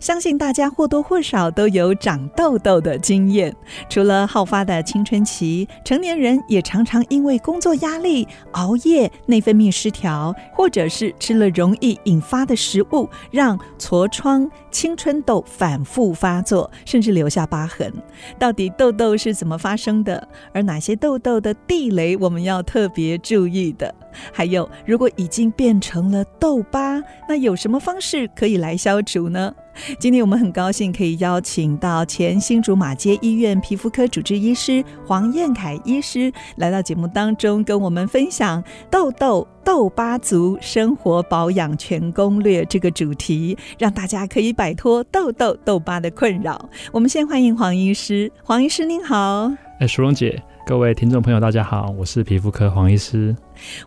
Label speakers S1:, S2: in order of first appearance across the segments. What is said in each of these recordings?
S1: 相信大家或多或少都有长痘痘的经验，除了好发的青春期，成年人也常常因为工作压力、熬夜、内分泌失调，或者是吃了容易引发的食物，让痤疮、青春痘反复发作，甚至留下疤痕。到底痘痘是怎么发生的？而哪些痘痘的地雷我们要特别注意的？还有，如果已经变成了痘疤，那有什么方式可以来消除呢？今天我们很高兴可以邀请到前新竹马街医院皮肤科主治医师黄燕凯医师来到节目当中，跟我们分享痘痘。痘疤族生活保养全攻略这个主题，让大家可以摆脱痘痘、痘疤的困扰。我们先欢迎黄医师，黄医师您好。
S2: 哎，淑荣姐，各位听众朋友，大家好，我是皮肤科黄医师。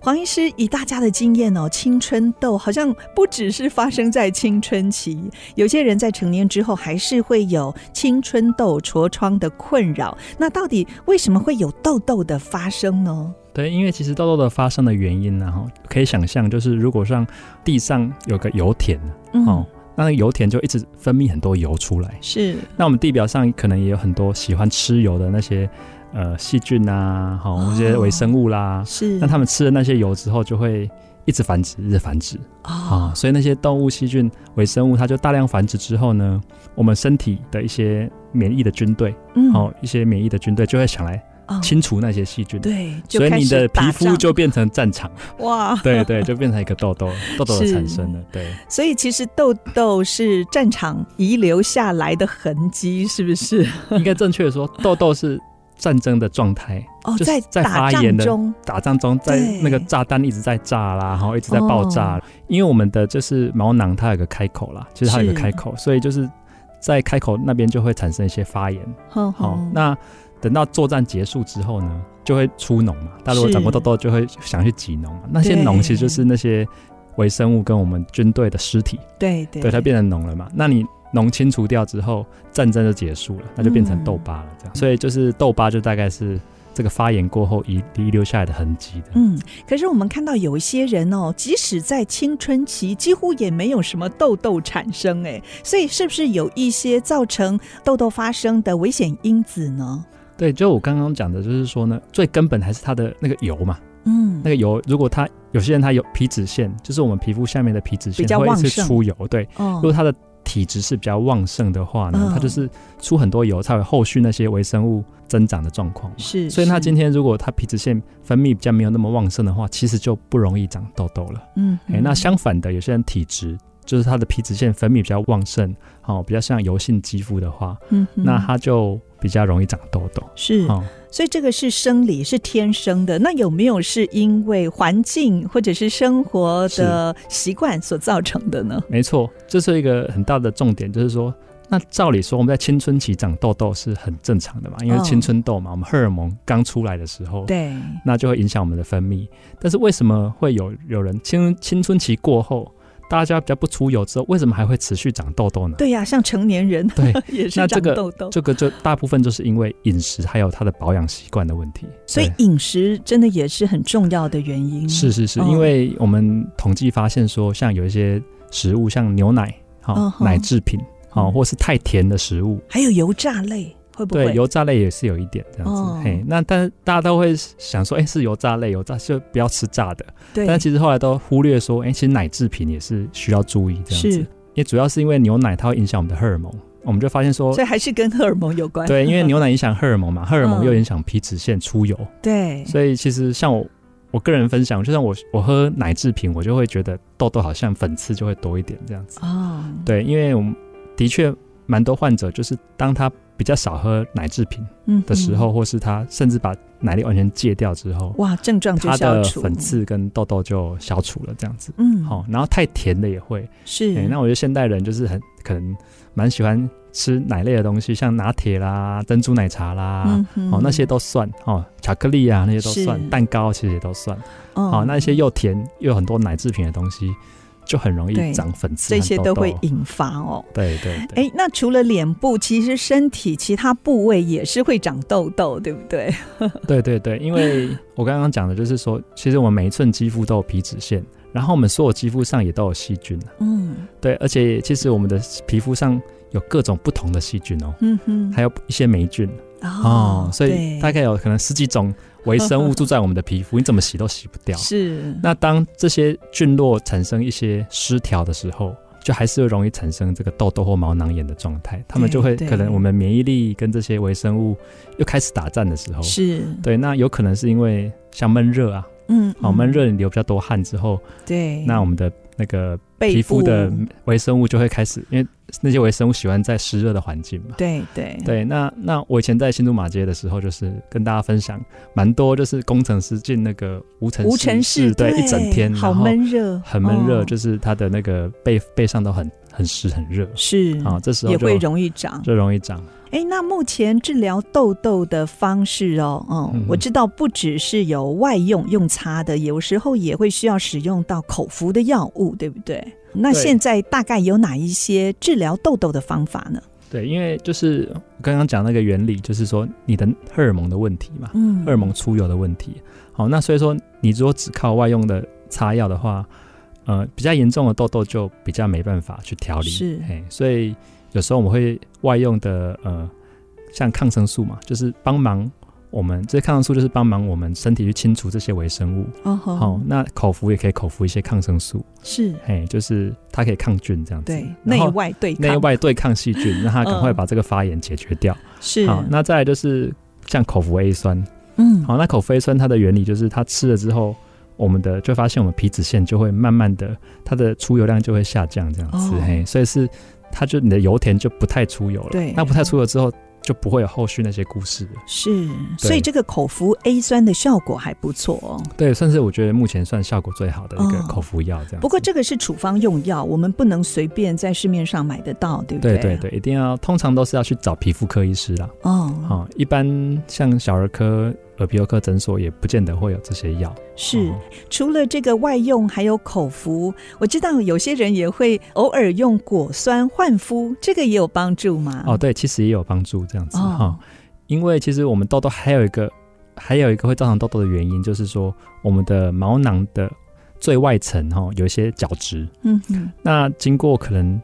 S1: 黄医师，以大家的经验哦，青春痘好像不只是发生在青春期，有些人在成年之后还是会有青春痘、痤疮的困扰。那到底为什么会有痘痘的发生呢？
S2: 对，因为其实痘痘的发生的原因呢、啊，哈，可以想象，就是如果像地上有个油田，
S1: 嗯
S2: 哦，那个油田就一直分泌很多油出来。
S1: 是，
S2: 那我们地表上可能也有很多喜欢吃油的那些呃细菌啊，好、
S1: 哦
S2: 那些微生物啦，
S1: 是，
S2: 那他们吃了那些油之后，就会一直繁殖，一直繁殖啊、
S1: 啊，
S2: 所以那些动物细菌、微生物，它就大量繁殖之后呢，我们身体的一些免疫的军队，
S1: 嗯
S2: 哦，一些免疫的军队就会想来
S1: 哦
S2: 清除那些细菌。
S1: 对，就
S2: 所以
S1: 开
S2: 你
S1: 始
S2: 的皮
S1: 打
S2: 肤
S1: 仗
S2: 就变成 战场，
S1: 哇，
S2: 对对，就变成一个痘 痘，痘痘的产生了，对
S1: 所以其实痘痘是战场遗留下来的痕迹，是不是？
S2: 应该正确的说，痘痘是战争的状态，
S1: 哦，
S2: 就是
S1: 在
S2: 在
S1: 打
S2: 发
S1: 仗
S2: 炎的
S1: 中，
S2: 打仗中在
S1: 对
S2: 那个炸弹一直在炸啦，然后一直在爆炸，
S1: 哦
S2: 因为我们的就是毛囊它有个开口啦，其实它有个
S1: 是
S2: 开口，所以就是在开口那边就会产生一些发炎。
S1: 哼
S2: 好、
S1: 哼
S2: 哦那等到作战结束之后呢，就会出脓嘛。大家如果
S1: 是
S2: 长过痘痘，就会想去挤脓嘛。那些
S1: 对
S2: 脓其实就是那些微生物跟我们军队的尸体，
S1: 对对
S2: 对，它变成脓了嘛。那你脓清除掉之后，战争就结束了，那就变成痘疤了。
S1: 嗯
S2: 这样，所以就是痘疤就大概是这个发炎过后遗遗留下来的痕迹的。
S1: 嗯，可是我们看到有一些人哦，即使在青春期，几乎也没有什么痘痘产生，哎，所以是不是有一些造成痘痘发生的危险因子呢？
S2: 对，就我刚刚讲的，就是说呢，最根本还是它的那个油嘛。
S1: 嗯，
S2: 那个油，如果它有些人他有皮脂腺，就是我们皮肤下面的皮脂腺
S1: 比较
S2: 会一
S1: 旺
S2: 直
S1: 盛
S2: 出油，对。如
S1: 哦
S2: 果，它的体质是比较旺盛的话呢，
S1: 嗯
S2: 它就是出很多油，才有后续那些微生物增长的状况嘛。
S1: 是，
S2: 所以，它今
S1: 天
S2: 天如果它皮脂腺分泌比较没有那么旺盛的话，其实就不容易长痘痘了。
S1: 嗯，
S2: 哎、那相反的，有些人体质就是他的皮脂腺分泌比较旺盛，好、比较像油性肌肤的话，
S1: 嗯哼
S2: 那它就比较容易长痘痘。
S1: 是，
S2: 哦，
S1: 所以这个是生理，是天生的。那有没有是因为环境或者是生活的习惯所造成的呢？
S2: 没错，这是一个很大的重点，就是说，那照理说我们在青春期长痘痘是很正常的嘛，因为
S1: 嗯
S2: 青春痘嘛，我们荷尔蒙刚出来的时候，
S1: 对，
S2: 那就会影响我们的分泌。但是为什么会有有人青青春期过后，大家比较不出油之后，为什么还会持续长痘痘呢？
S1: 对呀、像成年人
S2: 对，
S1: 也是
S2: 那
S1: 长
S2: 这个
S1: 痘痘，
S2: 这个就大部分就是因为饮食还有他的保养习惯的问题。
S1: 所以
S2: 对
S1: 饮食真的也是很重要的原因。
S2: 是是是，
S1: 哦
S2: 因为我们统计发现说，像有一些食物，像牛奶，好、
S1: 嗯哼
S2: 奶制品，好、
S1: 嗯
S2: 或是太甜的食物。
S1: 还有油炸类会不会？
S2: 对，油炸类也是有一点这样子，
S1: 哦
S2: 嘿，那但是大家都会想说，哎、是油炸类，油炸就不要吃炸的。
S1: 对，
S2: 但其实后来都忽略说，哎、其实奶制品也是需要注意这样
S1: 是
S2: 子，也主要是因为牛奶它会影响我们的荷尔蒙，我们就发现说
S1: 所，以还是跟荷尔蒙有关。
S2: 对，因为牛奶影响荷尔蒙 嘛，荷尔蒙又影响皮脂腺出油，
S1: 嗯对，
S2: 所以其实像我我个人分享，就像我我喝奶制品，我就会觉得痘痘好像粉刺就会多一点这样子，
S1: 哦，
S2: 对，因为我们的确蛮多患者就是当他比较少喝奶制品
S1: 嗯
S2: 的时
S1: 哼
S2: 候，或是他甚至把奶类完全戒掉之后，
S1: 哇，症状就
S2: 他
S1: 消
S2: 的
S1: 除。
S2: 粉，刺跟痘痘就消除了这样子。
S1: 嗯，
S2: 好、然后太甜的也会。
S1: 是。
S2: 哎、那我觉得现代人就是很可能蛮喜欢吃奶类的东西，像拿铁啦、珍珠奶茶啦，
S1: 嗯哼
S2: 哦，那些都算哦，巧克力啊那些都算
S1: 是，
S2: 蛋糕其实也都算。
S1: 哦
S2: 好、那些又甜又很多奶制品的东西，就很容
S1: 对
S2: 易长粉刺
S1: 这
S2: 和痘痘，
S1: 些都会引发哦。
S2: 对对对，
S1: 哎，那除了脸部，其实身体其他部位也是会长痘痘，对不对？
S2: 对对对，因 为我刚刚讲的就是说，其实我们每一寸肌肤都有皮脂腺，然后我们所有肌肤上也都有细菌啊
S1: 嗯
S2: 对，而且其实我们的皮肤上有各种不同的细菌哦，
S1: 嗯哼，
S2: 还有一些霉菌哦，所以大
S1: 概
S2: 概有可能十几种微 生物住在我们的皮肤，你怎么洗都洗不掉。
S1: 是
S2: 那当这些菌落产生一些失调的时候，就还是会容易产生这个痘痘或毛囊炎的状态，他们
S1: 对
S2: 就会
S1: 对
S2: 可能我们免疫力跟这些微生物又开始打战的时候，
S1: 是
S2: 对，那有可能是因为像闷热啊，
S1: 嗯，
S2: 好、
S1: 嗯
S2: 闷热你流比较多汗之后，
S1: 对，
S2: 那我们的那个
S1: 背
S2: 皮肤
S1: 部
S2: 的嗯微生物就会开始，因为那些微生物喜欢在湿热的环境嘛。
S1: 对对
S2: 对，那那我以前在新竹马街的时候，就是跟大家分享蛮多，就是工程师进那个无尘
S1: 无尘室
S2: 室，对，一整天，
S1: 好
S2: 然后
S1: 闷热，
S2: 很闷热，
S1: 哦
S2: 就是它的那个背背上都很很湿很热
S1: 是
S2: 啊，这时
S1: 嗯
S2: 候
S1: 也
S2: 就
S1: 会容易长。
S2: 就容易长。
S1: 哎，那目前治疗痘痘的方式哦，嗯，
S2: 嗯
S1: 我知道不只是有外用用擦的，有时候也会需要使用到口服的药物，对不对？那
S2: 对
S1: 现在大概有哪一些治疗痘痘的方法呢？
S2: 对，因为就是我刚刚讲那个原理，就是说你的荷尔蒙的问题嘛，
S1: 嗯
S2: 荷尔蒙出油的问题。好，那所以说你如果只靠外用的擦药的话，呃，比较严重的痘痘就比较没办法去调理。
S1: 是
S2: 嘿，所以有时候我们会外用的呃，像抗生素嘛，就是帮忙我们这些抗生素就是帮忙我们身体去清除这些微生物。
S1: 哦
S2: 好、
S1: 吼
S2: 那口服也可以口服一些抗生素，
S1: 是
S2: 嘿，就是它可以抗菌这样子。
S1: 对
S2: 然
S1: 内
S2: 后
S1: 外对抗
S2: 内外对抗细菌，让它赶快
S1: 嗯
S2: 把这个发炎解决掉。
S1: 是
S2: 好，那再来就是像口服 A 酸，
S1: 嗯
S2: 好，那口服 A 酸它的原理就是它吃了之后，我们的就会发现我们皮脂腺就会慢慢的它的出油量就会下降这样子，
S1: 哦
S2: 嘿，所以是它就你的油田就不太出油了，
S1: 对
S2: 那不太出油之后就不会有后续那些故事了，
S1: 是，所以这个口服 A 酸的效果还不错哦。
S2: 对，算是我觉得目前算效果最好的一个
S1: 哦
S2: 口服药这样子、
S1: 不过这个是处方用药，我们不能随便在市面上买得到，对不
S2: 对
S1: 对
S2: 对对，一定要通常都是要去找皮肤科医师啦，
S1: 哦，
S2: 啊、一般像小儿科、耳鼻喉科诊所也不见得会有这些药，
S1: 是
S2: 哦。
S1: 除了这个外用，还有口服。我知道有些人也会偶尔用果酸焕肤，这个也有帮助吗？
S2: 哦，对，其实也有帮助这样子哈、
S1: 哦
S2: 因为其实我们痘痘还有一个，还有一个会造成痘痘的原因，就是说我们的毛囊的最外层哈、哦、有一些角质，
S1: 嗯嗯，
S2: 那经过可能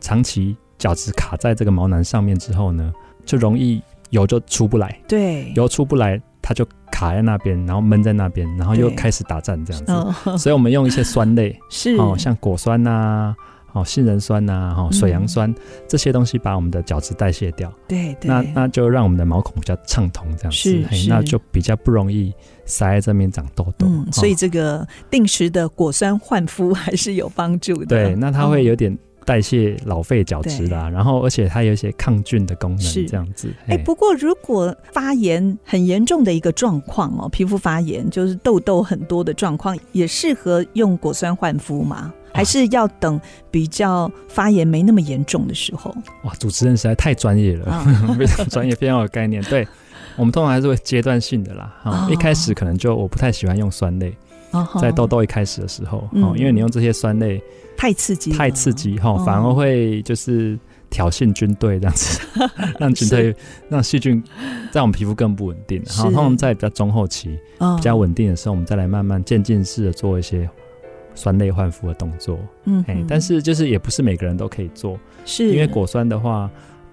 S2: 长期角质卡在这个毛囊上面之后呢，就容易油就出不来，
S1: 对，
S2: 油出不来，它就卡在那边，然后闷在那边，然后又
S1: 对
S2: 开始打颤这样子。
S1: 哦，嗯
S2: 所以我们用一些酸类，
S1: 是
S2: 哦，像果酸呐、哦，杏仁酸呐、
S1: 嗯
S2: 哦，水杨酸、这些东西，把我们的角质代谢掉，
S1: 对对，
S2: 那那就让我们的毛孔比较畅通，这样
S1: 是
S2: 子，嘿
S1: 是
S2: 那就比较不容易塞在这边长痘痘。
S1: 嗯，所以
S2: 哦、
S1: 这个定时的果酸焕肤还是有帮助的。
S2: 对，那
S1: 嗯
S2: 它会有点代谢老废角质啦，然后而且它有一些抗菌的功能，
S1: 是
S2: 这样子。
S1: 哎，
S2: 嘿
S1: 不过如果发炎很严重的一个状况哦，皮肤发炎就是痘痘很多的状况，也适合用果酸焕肤吗？
S2: 啊
S1: 还是要等比较发炎没那么严重的时候
S2: 哇，主持人实在太专业了，
S1: 啊？
S2: 非常专业，非常有概念。 对。我们通常还是会阶段性的啦，哈、
S1: 哦
S2: 一开始可能就我不太喜欢用酸类， 在痘
S1: 痘
S2: 痘一开始的时候，
S1: 嗯
S2: 哦，因为你用这些酸类，
S1: 哦太刺激，
S2: 太刺，激哈，
S1: 嗯
S2: 反而会就是挑衅军队这样 子，让军队让细菌在我们皮肤更不稳定。然后
S1: 是
S2: 通常在比较中后期、
S1: 哦
S2: 比较稳定的时候，我们再来慢慢渐进式的做一些酸类焕肤的动作。
S1: 嗯
S2: 哎、
S1: 嗯
S2: 但是就是也不是每个人都可以做，
S1: 是
S2: 因为果酸的话，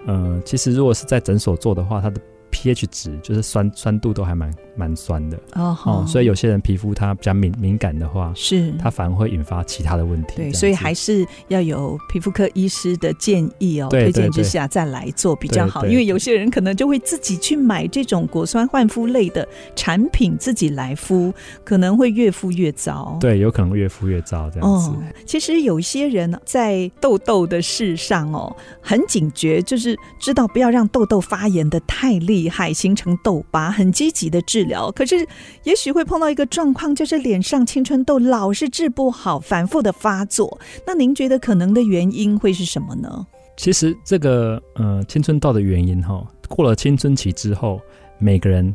S2: 嗯、其实如果是在诊所做的话，它的 pH 值就是酸酸度都还蛮蛮酸的
S1: 哦
S2: 哦、
S1: 吼
S2: 所以有些人皮肤它比较敏敏感的话，
S1: 是
S2: 它反而会引发其他的问题。这
S1: 对，
S2: 样
S1: 所以
S2: 子
S1: 还是要有皮肤科医师的建议哦，
S2: 对
S1: 推荐
S2: 对
S1: 之
S2: 对
S1: 下再来做比较
S2: 对
S1: 好。
S2: 对
S1: 因为有些人可能就会自己去买这种果酸焕肤类的产品自己来敷，可能会越敷越糟。。
S2: 对，有可能越敷越糟这样子。
S1: 哦，其实有一些人在痘痘的事上哦，很警觉，就是知道不要让痘痘发炎的太厉害，形成痘疤，很积极的治疗。可是也许会碰到一个状况，就是脸上青春痘老是治不好，反复的发作。那您觉得可能的原因会是什么呢？
S2: 其实这个呃青春痘的原因哈，过了青春期之后，每个人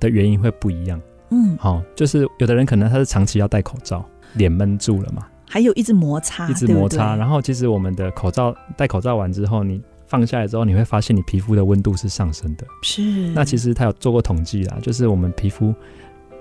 S2: 的原因会不一样。
S1: 嗯，
S2: 好、就是有的人可能他是长期要戴口罩，脸闷住了嘛，
S1: 还有一直摩擦，
S2: 一直摩擦。
S1: 啊对不对
S2: 然后其实我们的口罩戴口罩完之后，你放下来之后，你会发现你皮肤的温度是上升的。
S1: 是
S2: 那其实它有做过统计啦，就是我们皮肤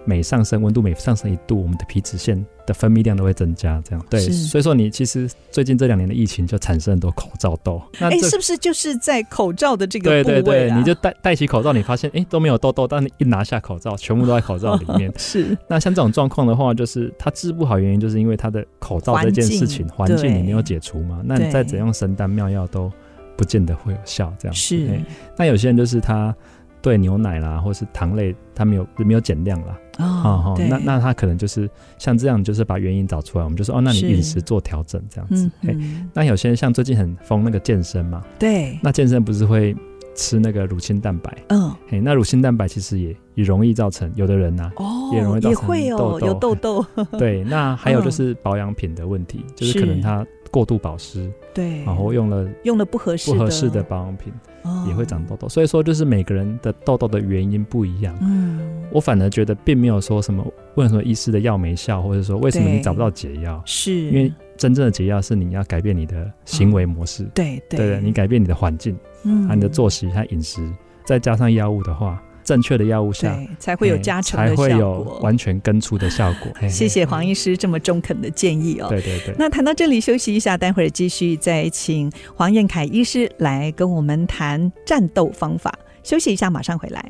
S2: 每上升温度每上升一度，我们的皮脂腺的分泌量都会增加。这样对，
S1: 是
S2: 所以说你其实最近这两年的疫情就产生很多口罩痘。那
S1: 哎，
S2: 这
S1: 是不是就是在口罩的这个
S2: 对
S1: 部
S2: 对
S1: 位
S2: 对，
S1: 啊。
S2: 你就戴戴起口罩，你发现哎都没有痘痘，但你一拿下口罩，全部都在口罩里面
S1: 是
S2: 那像这种状况的话，就是它治不好，原因就是因为它的口罩这件事情
S1: 环
S2: 环
S1: 境
S2: 境你没有解除嘛。那你再怎样神丹妙药都不见得会有效，这样
S1: 是
S2: 哎那有些人就是他对牛奶啦，或是糖类，他没有没有减量啦。
S1: 哦，对
S2: 那那他可能就是像这样，就是把原因找出来，我们就说哦，那你
S1: 是
S2: 饮食做调整这样子
S1: 嗯。
S2: 哎
S1: 嗯，
S2: 那有些人像最近很疯那个健身嘛，
S1: 对，
S2: 那健身不是会吃那个乳清蛋白？
S1: 嗯。
S2: 嘿，那乳清蛋白其实也也容易造成有的 人呐、
S1: 哦，
S2: 也容易造
S1: 也
S2: 成
S1: 会哦
S2: 痘，痘
S1: 有痘痘，
S2: 对，那还
S1: 嗯
S2: 有就是保养品的问题，就是可能它过度保湿，
S1: 对，
S2: 然后用了
S1: 用了不合适
S2: 不合适
S1: 嗯
S2: 的
S1: 的，
S2: 保养品
S1: 哦
S2: 也会长痘。痘。所以说，就是每个人的痘痘的原因不一样。
S1: 嗯，
S2: 我反而觉得并没有说什么为什么医师的药没效，或者说为什么
S1: 对
S2: 你找不到解药，
S1: 是，
S2: 因为真正的解药是你要改变你的行为模式，
S1: 对嗯对
S2: 对对，你改变你的环境，
S1: 嗯
S2: 啊，你的作息和饮食，再加上药物的话，正确的药物下。
S1: 对才会有
S2: 嘿
S1: 加成
S2: 才
S1: 的
S2: 会
S1: 效
S2: 有
S1: 果。
S2: 完全根除的效 果。嘿嘿
S1: 谢谢
S2: 嘿
S1: 黄医师这么中肯的建议哦。
S2: 对对对。
S1: 那谈到这里休息一下，待会儿继续再请黄燕凯医师来跟我们谈战斗方法。休息一下，马上回来。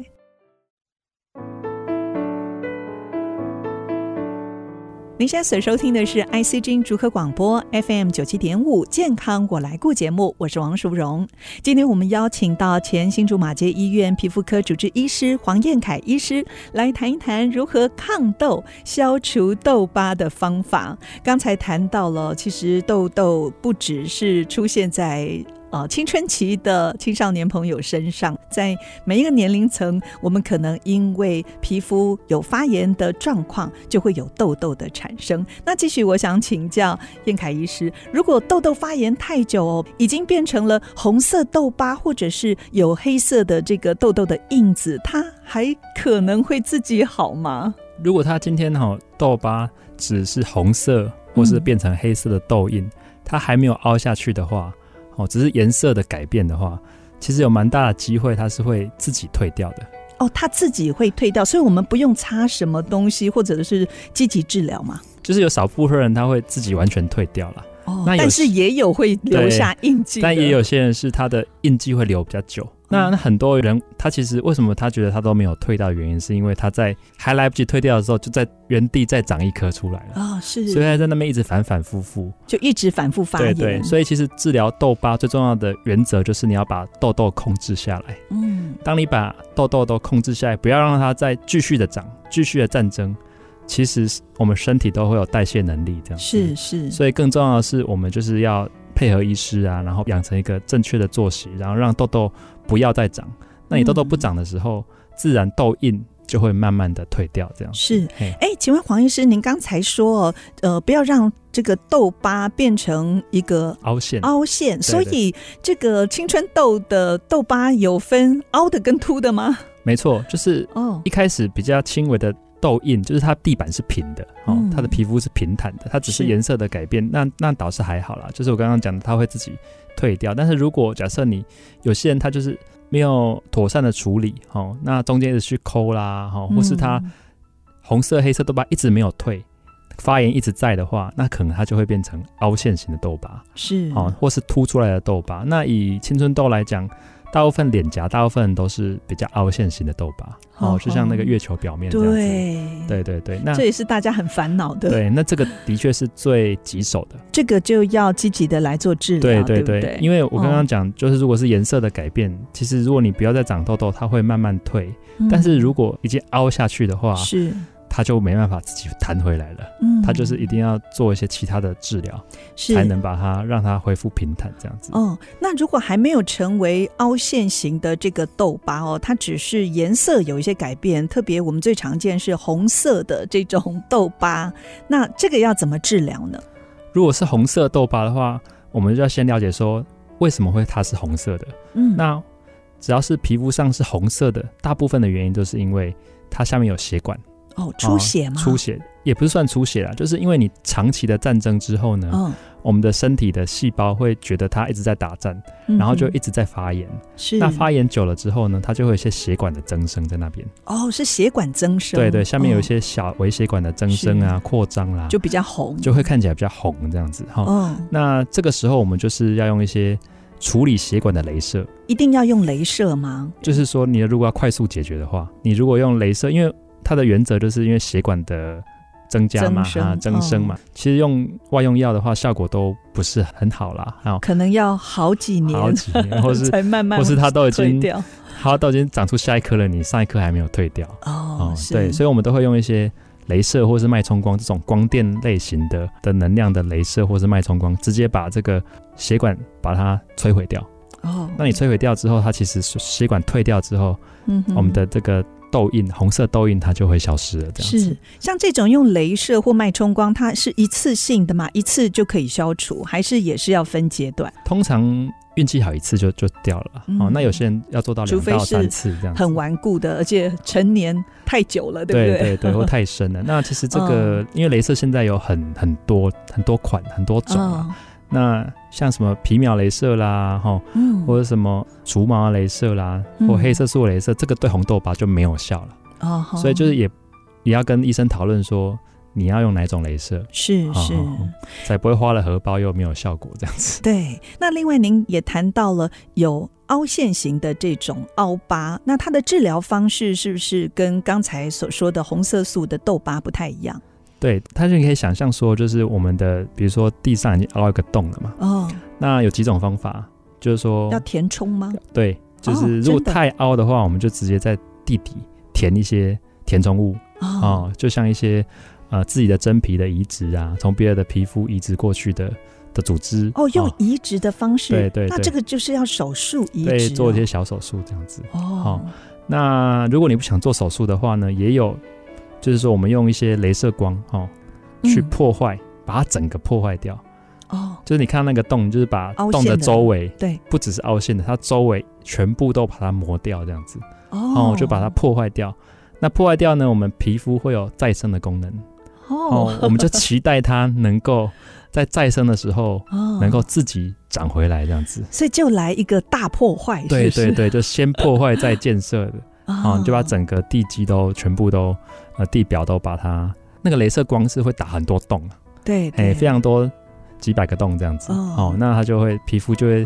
S1: 您现在所收听的是 ICG 逐客广播 FM 九七点五健康我来顾节目，我是王淑荣。今天我们邀请到前新竹马街医院皮肤科主治医师黄燕凯医师来谈一谈如何抗痘、消除痘疤的方法。刚才谈到了，其实痘痘不只是出现在。呃，青春期的青少年朋友身上，在每一个年龄层，我们可能因为皮肤有发炎的状况，就会有痘痘的产生。那继续，我想请教燕凯医师，如果痘痘发炎太久哦，已经变成了红色痘疤，或者是有黑色的这个痘痘的印子，它还可能会自己好吗？
S2: 如果它今天哈、痘疤只是红色或
S1: 嗯
S2: 是变成黑色的痘印，它还没有凹下去的话，哦，只是颜色的改变的话，其实有蛮大的机会它是会自己退掉的。
S1: 哦，它自己会退掉，所以我们不用擦什么东西，或者是积极治疗嘛。
S2: 就是有少部分人他会自己完全退掉了，
S1: 哦
S2: 那有
S1: 但是也有会留下印记，嗯
S2: 但也。有些人是他的印记会留比较久。那那很多人他其实为什么他觉得他都没有退掉的原因，是因为他在还来不及退掉的时候，就在原地再长一颗出来了，
S1: 啊、是，
S2: 所以他在那边一直反反复复。
S1: 就一直反复发
S2: 对
S1: 炎，
S2: 对，所以其实治疗痘疤最重要的原则就是你要把痘痘控制下来。
S1: 嗯，
S2: 当你把痘痘都控制下来，不要让它再继续的长、继续的战争，其实是我们身体都会有代谢能力，这样子
S1: 是。是，
S2: 嗯所以更重要的是，我们就是要配合医师啊，然后养成一个正确的作息，然后让痘痘不要再长。那你痘痘不长的时候，自然痘印就会慢慢的退掉，这样子
S1: 是
S2: 嘿
S1: 哎，请问黄医师，您刚才说哦，呃，不要让这个痘疤变成一个
S2: 凹陷。
S1: 凹陷，所
S2: 对对
S1: 以这个青春痘的痘疤有分凹的跟凸的吗？
S2: 没错，就是
S1: 哦
S2: 一，开始比较轻微的痘印，就是它地板是平的哦，
S1: 嗯
S2: 它的皮肤是平坦的，它只是
S1: 是
S2: 颜色的改变，那那倒是还好啦。就是我刚刚讲的，它会自己退掉。但是如果假设你有些人他就是没有妥善的处理哦，那中间一直去抠啦，哦，或是它
S1: 嗯
S2: 红色、黑色痘疤一直没有退，发炎一直在的话，那可能它就会变成凹陷型的痘疤
S1: 是
S2: 哦，或是凸出来的痘疤。那以青春痘来讲。大部分脸颊，大部分都是比较凹陷型的痘疤，
S1: 哦
S2: 哦，就像那个月球表面这样子。
S1: 对，
S2: 对对对，那
S1: 这也是大家很烦恼的。
S2: 对那这个的确是最棘手的。
S1: 这个就要积极的来做治疗，
S2: 对
S1: 不啊对？
S2: 因为我刚
S1: 哦
S2: 刚讲，就是如果是颜色的改变，其实如果你不要再长痘痘，它会慢慢退。
S1: 嗯
S2: 但是如果已经凹下去的话，
S1: 是，
S2: 它就没办法自己弹回来了。
S1: 嗯
S2: 它就是一定要做一些其他的治疗，
S1: 是
S2: 才能把它让它恢复平坦这样子。
S1: 哦，那如果还没有成为凹陷型的这个痘疤哦，它只是颜色有一些改变，特别我们最常见是红色的这种 痘疤，那这个要怎么治疗呢？
S2: 如果是红色痘疤的话，我们就要先了解说为什么会它是红色的。
S1: 嗯，
S2: 那只要是皮肤上是红色的，大部分的原因都是因为它下面有血管，
S1: 哦，出血吗？
S2: 啊出血也不是算出血啦，就是因为你长期的战争之后呢，
S1: 嗯，
S2: 我们的身体的细胞会觉得它一直在打仗，
S1: 嗯
S2: 然后就一
S1: 哼嗯
S2: 直在发炎。
S1: 是
S2: 那发炎久了之后呢，它就会有一些血管的增生在那边。
S1: 哦，是血管增生，
S2: 对对，下面有一
S1: 哦、
S2: 些小微血管的增生啊、扩张啦、
S1: 就比较红，
S2: 就会看起来比较红这样子哈、
S1: 哦，
S2: 那这个时候我们就是要用一些处理血管的镭射，
S1: 一定要用镭射吗？
S2: 就是说你如果要快速解决的话，你如果用镭射，因为它的原则就是因为血管的增加嘛，
S1: 增生嗯
S2: 啊增生嘛，其实用外用药的话效果都不是很好啦，啊、
S1: 可能要好几年，
S2: 好几年， 或是
S1: 才慢慢
S2: 或是它都已
S1: 退
S2: 经
S1: 掉
S2: 它都已经长出下一颗了，你上一颗还没有退掉。
S1: 哦
S2: 哦，，
S1: 是
S2: 对，所以我们都会用一些镭射或是脉冲光这种光电类型的的能量的镭射或是脉冲光，直接把这个血管把它摧毁掉。
S1: 哦，
S2: 那你摧毁掉之后，它其实是血管退掉之后，
S1: 嗯哼
S2: 我们的这个痘印，红色痘印它就会消失了。这样子
S1: 是像这种用镭射或脉冲光，它是一次性的嘛？一次就可以消除，还是也是要分阶段？
S2: 通常运气好一次就就掉了啦。哦
S1: 嗯，
S2: 那有些人要做到
S1: 除
S2: 两
S1: 非
S2: 到
S1: 是
S2: 三次这样子。
S1: 很顽固的，而且成年太久了，不
S2: 对
S1: 对？哦嗯
S2: 对对， 或太深了。那其实这个，因为镭射现在有很很多很多款很多种啊。
S1: 哦，
S2: 那像什么皮秒镭射啦，哈、
S1: 嗯，
S2: 或者什么除毛啊镭射啦，
S1: 嗯
S2: 或黑色素镭射，这个对红痘疤就没有效了。
S1: 哦，好
S2: 所以就是也也要跟医生讨论说，你要用哪种镭射，
S1: 是
S2: 哦
S1: 嗯是。
S2: 哦哦才不会花了荷包又没有效果这样子。
S1: 对，那另外您也谈到了有凹陷型的这种凹疤，那它的治疗方式是不是跟刚才所说的红色素的痘疤不太一样？
S2: 对，但是你可以想象说，就是我们的比如说地上已经凹一个洞了嘛，
S1: 哦，
S2: 那有几种方法，就是说
S1: 要填充吗？
S2: 对，就
S1: 哦
S2: 是如果
S1: 真的
S2: 太凹的话，我们就直接在地底填一些填充物，
S1: 哦，
S2: 哦，就像一些呃自己的真皮的移植啊，从别人的皮肤移植过去的的组织啊
S1: 哦，用移植的方式，
S2: 哦对对
S1: 那
S2: 对
S1: 这个就是要手术移
S2: 对
S1: 植、哦，
S2: 做一些小手术这样子。
S1: 哦，
S2: 那如果你不想做手术的话呢，也有就是说我们用一些镭射光哦去
S1: 嗯
S2: 破坏，把它整个破坏掉。
S1: 哦，
S2: 就是你看到那个洞，就是把
S1: 凹
S2: 洞
S1: 陷
S2: 的
S1: 的
S2: 周围，
S1: 对，
S2: 不只是凹陷的，它周围全部都把它磨掉，这样子，
S1: 哦
S2: 哦，就把它破坏掉。那破坏掉呢，我们皮肤会有再生的功能，
S1: 哦
S2: 哦，我们就期待它能 够在再生的时候
S1: 哦嗯
S2: 能够，自己长回来，这样子。
S1: 所以就来一个大破坏，
S2: 对
S1: 是哦不
S2: 对
S1: 是
S2: 对，就先破坏再建设的啊、你就把整个地基都全部都呃地表都把它那个镭射光是会打很多洞啊，
S1: 对
S2: 哎、
S1: 对
S2: 非常多几百个洞这样子。
S1: 嗯哦
S2: 哦，那它就会皮肤就会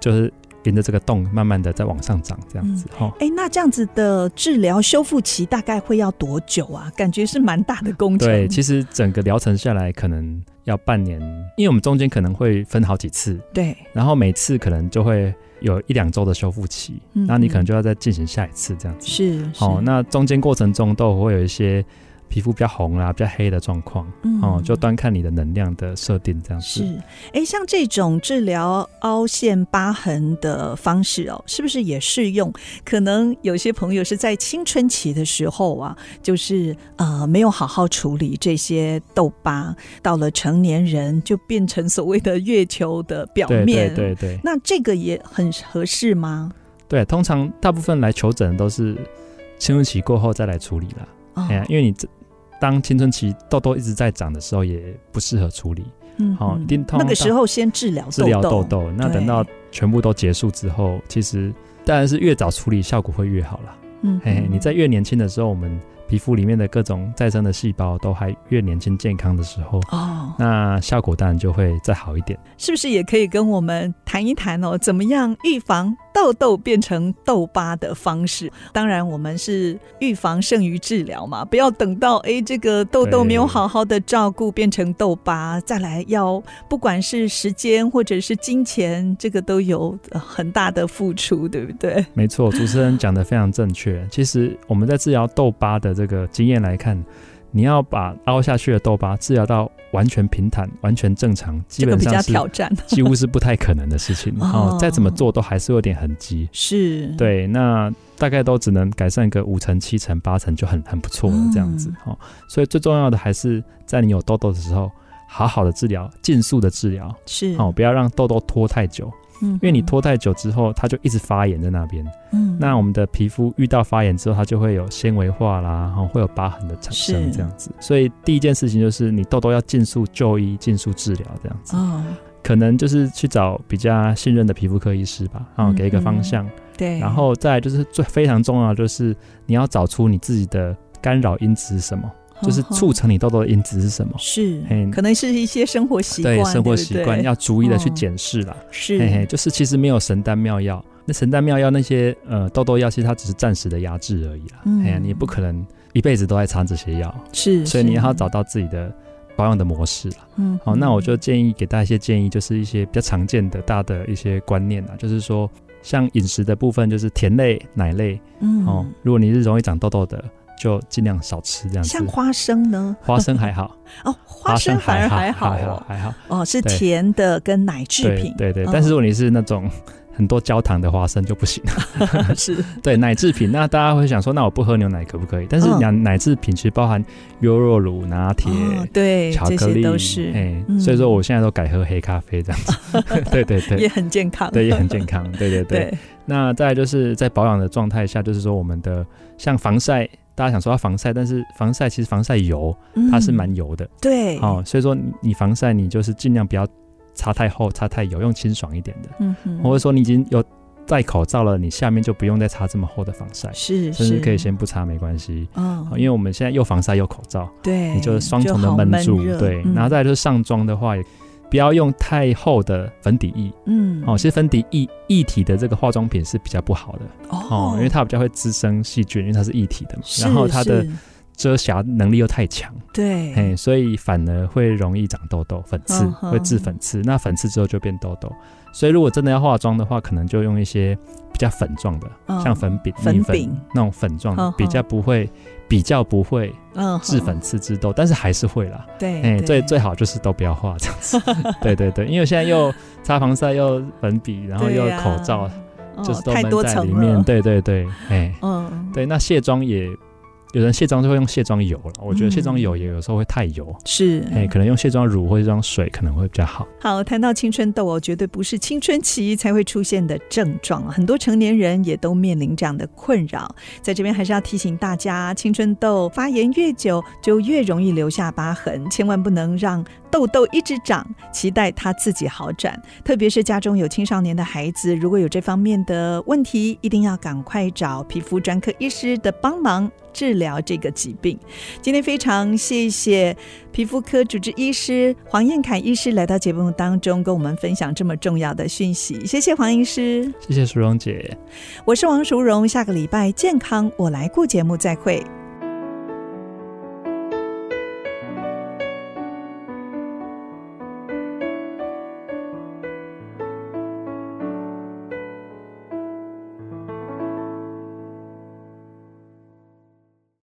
S2: 就是沿着这个洞慢慢的在往上长这样子。哦，
S1: 哎，那这样子的治疗修复期大概会要多久啊？感觉是蛮大的工程。
S2: 对，其实整个疗程下来可能要半年，因为我们中间可能会分好几次，
S1: 对
S2: 然后每次可能就会有一两周的修复期，
S1: 嗯
S2: 那你可能
S1: 嗯
S2: 就要再进行下一次这样子。
S1: 是
S2: 哦
S1: 是，
S2: 那中间过程中都会有一些皮肤比较红啦、比较黑的状况，
S1: 嗯
S2: 哦，就端看你的能量的设定这样子。
S1: 是哎，像这种治疗凹陷疤痕的方式哦，是不是也适用？可能有些朋友是在青春期的时候啊，就是呃没有好好处理这些痘疤，到了成年人就变成所谓的月球的表
S2: 对
S1: 面。
S2: 对对对
S1: 那这个也很合适吗？
S2: 对，通常大部分来求诊的都是青春期过后再来处理啦。
S1: 哦
S2: 哎呀、因为你这当青春期痘痘一直在长的时候，也不适合处理。
S1: 嗯
S2: 好、
S1: 嗯
S2: 一定通
S1: 那
S2: 常
S1: 个时
S2: 到
S1: 候先治疗
S2: 治
S1: 痘
S2: 疗
S1: 痘
S2: 痘，痘，那等
S1: 对
S2: 到全部都结束之后，其实当然是越早处理效果会越好啦。
S1: 嗯
S2: 嘿嘿，
S1: 嗯
S2: 你在越年轻的时候，我们皮肤里面的各种再生的细胞都还越年轻健康的时候，
S1: 哦，
S2: 那效果当然就会再好一点。
S1: 是不是也可以跟我们谈一谈哦？怎么样预防痘痘变成痘疤的方式？当然，我们是预防胜于治疗嘛，不要等到诶这个痘痘没有好好的照顾变成痘疤，再来要不管是时间或者是金钱，这个都有呃很大的付出，对不对？
S2: 没错，主持人讲的非常正确。其实我们在治疗痘疤的这个经验来看，你要把凹下去的痘疤治疗到完全平坦、完全正常，基
S1: 这个
S2: 本
S1: 比较
S2: 上是
S1: 挑战，
S2: 几乎是不太可能的 事情。
S1: 哦嗯
S2: 哦，再怎么做都还是有点痕迹。
S1: 是，
S2: 对，那大概都只能改善个五成、七成、八成就很很不错了，这样子
S1: 嗯
S2: 哦。所以最重要的还是在你有痘痘的时候，好好的治疗，尽速的治疗哦
S1: 是
S2: 哦，不要让痘痘拖太久
S1: 嗯，因
S2: 因为你，拖太久之后，它就一直发炎在那边。
S1: 嗯
S2: 那我们的皮肤遇到发炎之后，它就会有纤维化啦，然后会有疤痕的产
S1: 是
S2: 生这样子。所以第一件事情就是你痘痘要尽速就医、尽速治疗这样子。
S1: 哦，
S2: 可能就是去找比较信任的皮肤科医师吧，然后给一个方向。
S1: 嗯对，
S2: 然后再来就是最非常重要的就是你要找出你自己的干扰因子是什么，就是
S1: 呵呵
S2: 促成你痘痘的因子是什么。
S1: 哦是
S2: 嘿，
S1: 可能是一些生活习惯，
S2: 对生活
S1: 不
S2: 习
S1: 对
S2: 惯要逐一的去
S1: 嗯
S2: 检视啦。
S1: 是，
S2: 嘿嘿，就是其实没有神丹妙药，那神丹妙药那些呃痘痘药，其实它只是暂时的压制而已啦。
S1: 嗯
S2: 哎呀，你不可能一辈子都在擦这些药，
S1: 是，
S2: 所以你
S1: 是
S2: 要找，到自己的保养的模式啦。
S1: 嗯，
S2: 好，那我就建议给大家一些建议，就是一些比较常见的大的一些观念啊，就是说像饮食的部分，就是甜类、奶类
S1: 嗯，
S2: 哦，如果你是容易长痘痘的，就尽量少吃这样子
S1: 像。花生呢，
S2: 花生还好，
S1: 哦，花生反而还好
S2: 还好
S1: 哦，
S2: 还好。
S1: 哦，是
S2: 对
S1: 甜的跟奶制
S2: 对
S1: 品，
S2: 对对，
S1: 嗯
S2: 但是如果你是那种很多焦糖的花生就不行。
S1: 是，
S2: 对奶制品，那大家会想说，那我不喝牛奶可不可以？但是
S1: 嗯
S2: 奶奶制品其实包含优酪乳、拿铁、
S1: 哦，对，
S2: 巧
S1: 这
S2: 克
S1: 些
S2: 力，
S1: 都是
S2: 哎
S1: 嗯
S2: 所以说我现在都改喝黑咖啡这样子。 对对
S1: 也
S2: 对，
S1: 很健康，
S2: 对也很健康。对对对。
S1: 对，
S2: 那再来就是在保养的状态下，就是说我们的像防晒，大家想说要防晒，但是防晒其实防晒油它是
S1: 嗯
S2: 蛮油的，
S1: 对，
S2: 哦，所以说你你防晒你就是尽量不要擦太厚、擦太油，用清爽一点的。
S1: 嗯哼，
S2: 或者说你已经有戴口罩了，你下面就不用再擦这么厚的防晒，
S1: 是
S2: 甚
S1: 是
S2: 至可以，先不擦没关系。
S1: 嗯
S2: 好，因为我们现在又防晒又口罩，
S1: 对，
S2: 你就是双重的
S1: 好
S2: 闷住，
S1: 热
S2: 对。
S1: 嗯
S2: 然后再来就是上妆的话，也不要用太厚的粉底液。
S1: 嗯，
S2: 哦，其实粉底液液体的这个化妆品是比较不好的哦，因为它比较会滋生细菌，因为它是液体的嘛。然后
S1: 是
S2: 它的
S1: 是
S2: 遮瑕能力又太强，
S1: 对，
S2: 哎，所以反而会容易长痘痘、粉刺，
S1: 嗯哼
S2: 会致粉刺。那粉刺之后就变痘痘，所以如果真的要化妆的话，可能就用一些比较粉状的，
S1: 嗯
S2: 像粉饼、
S1: 粉
S2: 蜜
S1: 饼
S2: 那种粉状
S1: 嗯
S2: 的，
S1: 哼
S2: 比较不会，比较不会
S1: 嗯
S2: 致
S1: 哼
S2: 粉刺、致痘，但是还是会啦。
S1: 对，
S2: 哎，
S1: 对
S2: 最最好就是都不要化这样 子。对对对，因为现在又擦防晒，又粉笔，然后
S1: 对
S2: 又
S1: 呀
S2: 口罩，
S1: 哦
S2: 就是都
S1: 太多
S2: 闷在
S1: 层
S2: 里面。
S1: 了，
S2: 对对对，哎，
S1: 嗯，
S2: 对，那卸妆也。有人卸妆就会用卸妆油了，我觉得卸
S1: 嗯
S2: 妆油也有时候会太油，
S1: 是，
S2: 哎、可能用卸妆乳或者卸妆水可能会比较好。
S1: 好，谈到青春痘哦，绝对不是青春期才会出现的症状啊，很多成年人也都面临这样的困扰。在这边还是要提醒大家，青春痘发炎越久，就越容易留下疤痕，千万不能让痘痘一直长，期待它自己好转。特别是家中有青少年的孩子，如果有这方面的问题，一定要赶快找皮肤专科医师的帮忙治疗这个疾病。今天非常谢谢皮肤科主治医师黄燕凯医师来到节目当中，跟我们分享这么重要的讯息。谢谢黄医师，
S2: 谢谢淑荣姐。
S1: 我是王淑荣，下个礼拜健康我来顾节目再会。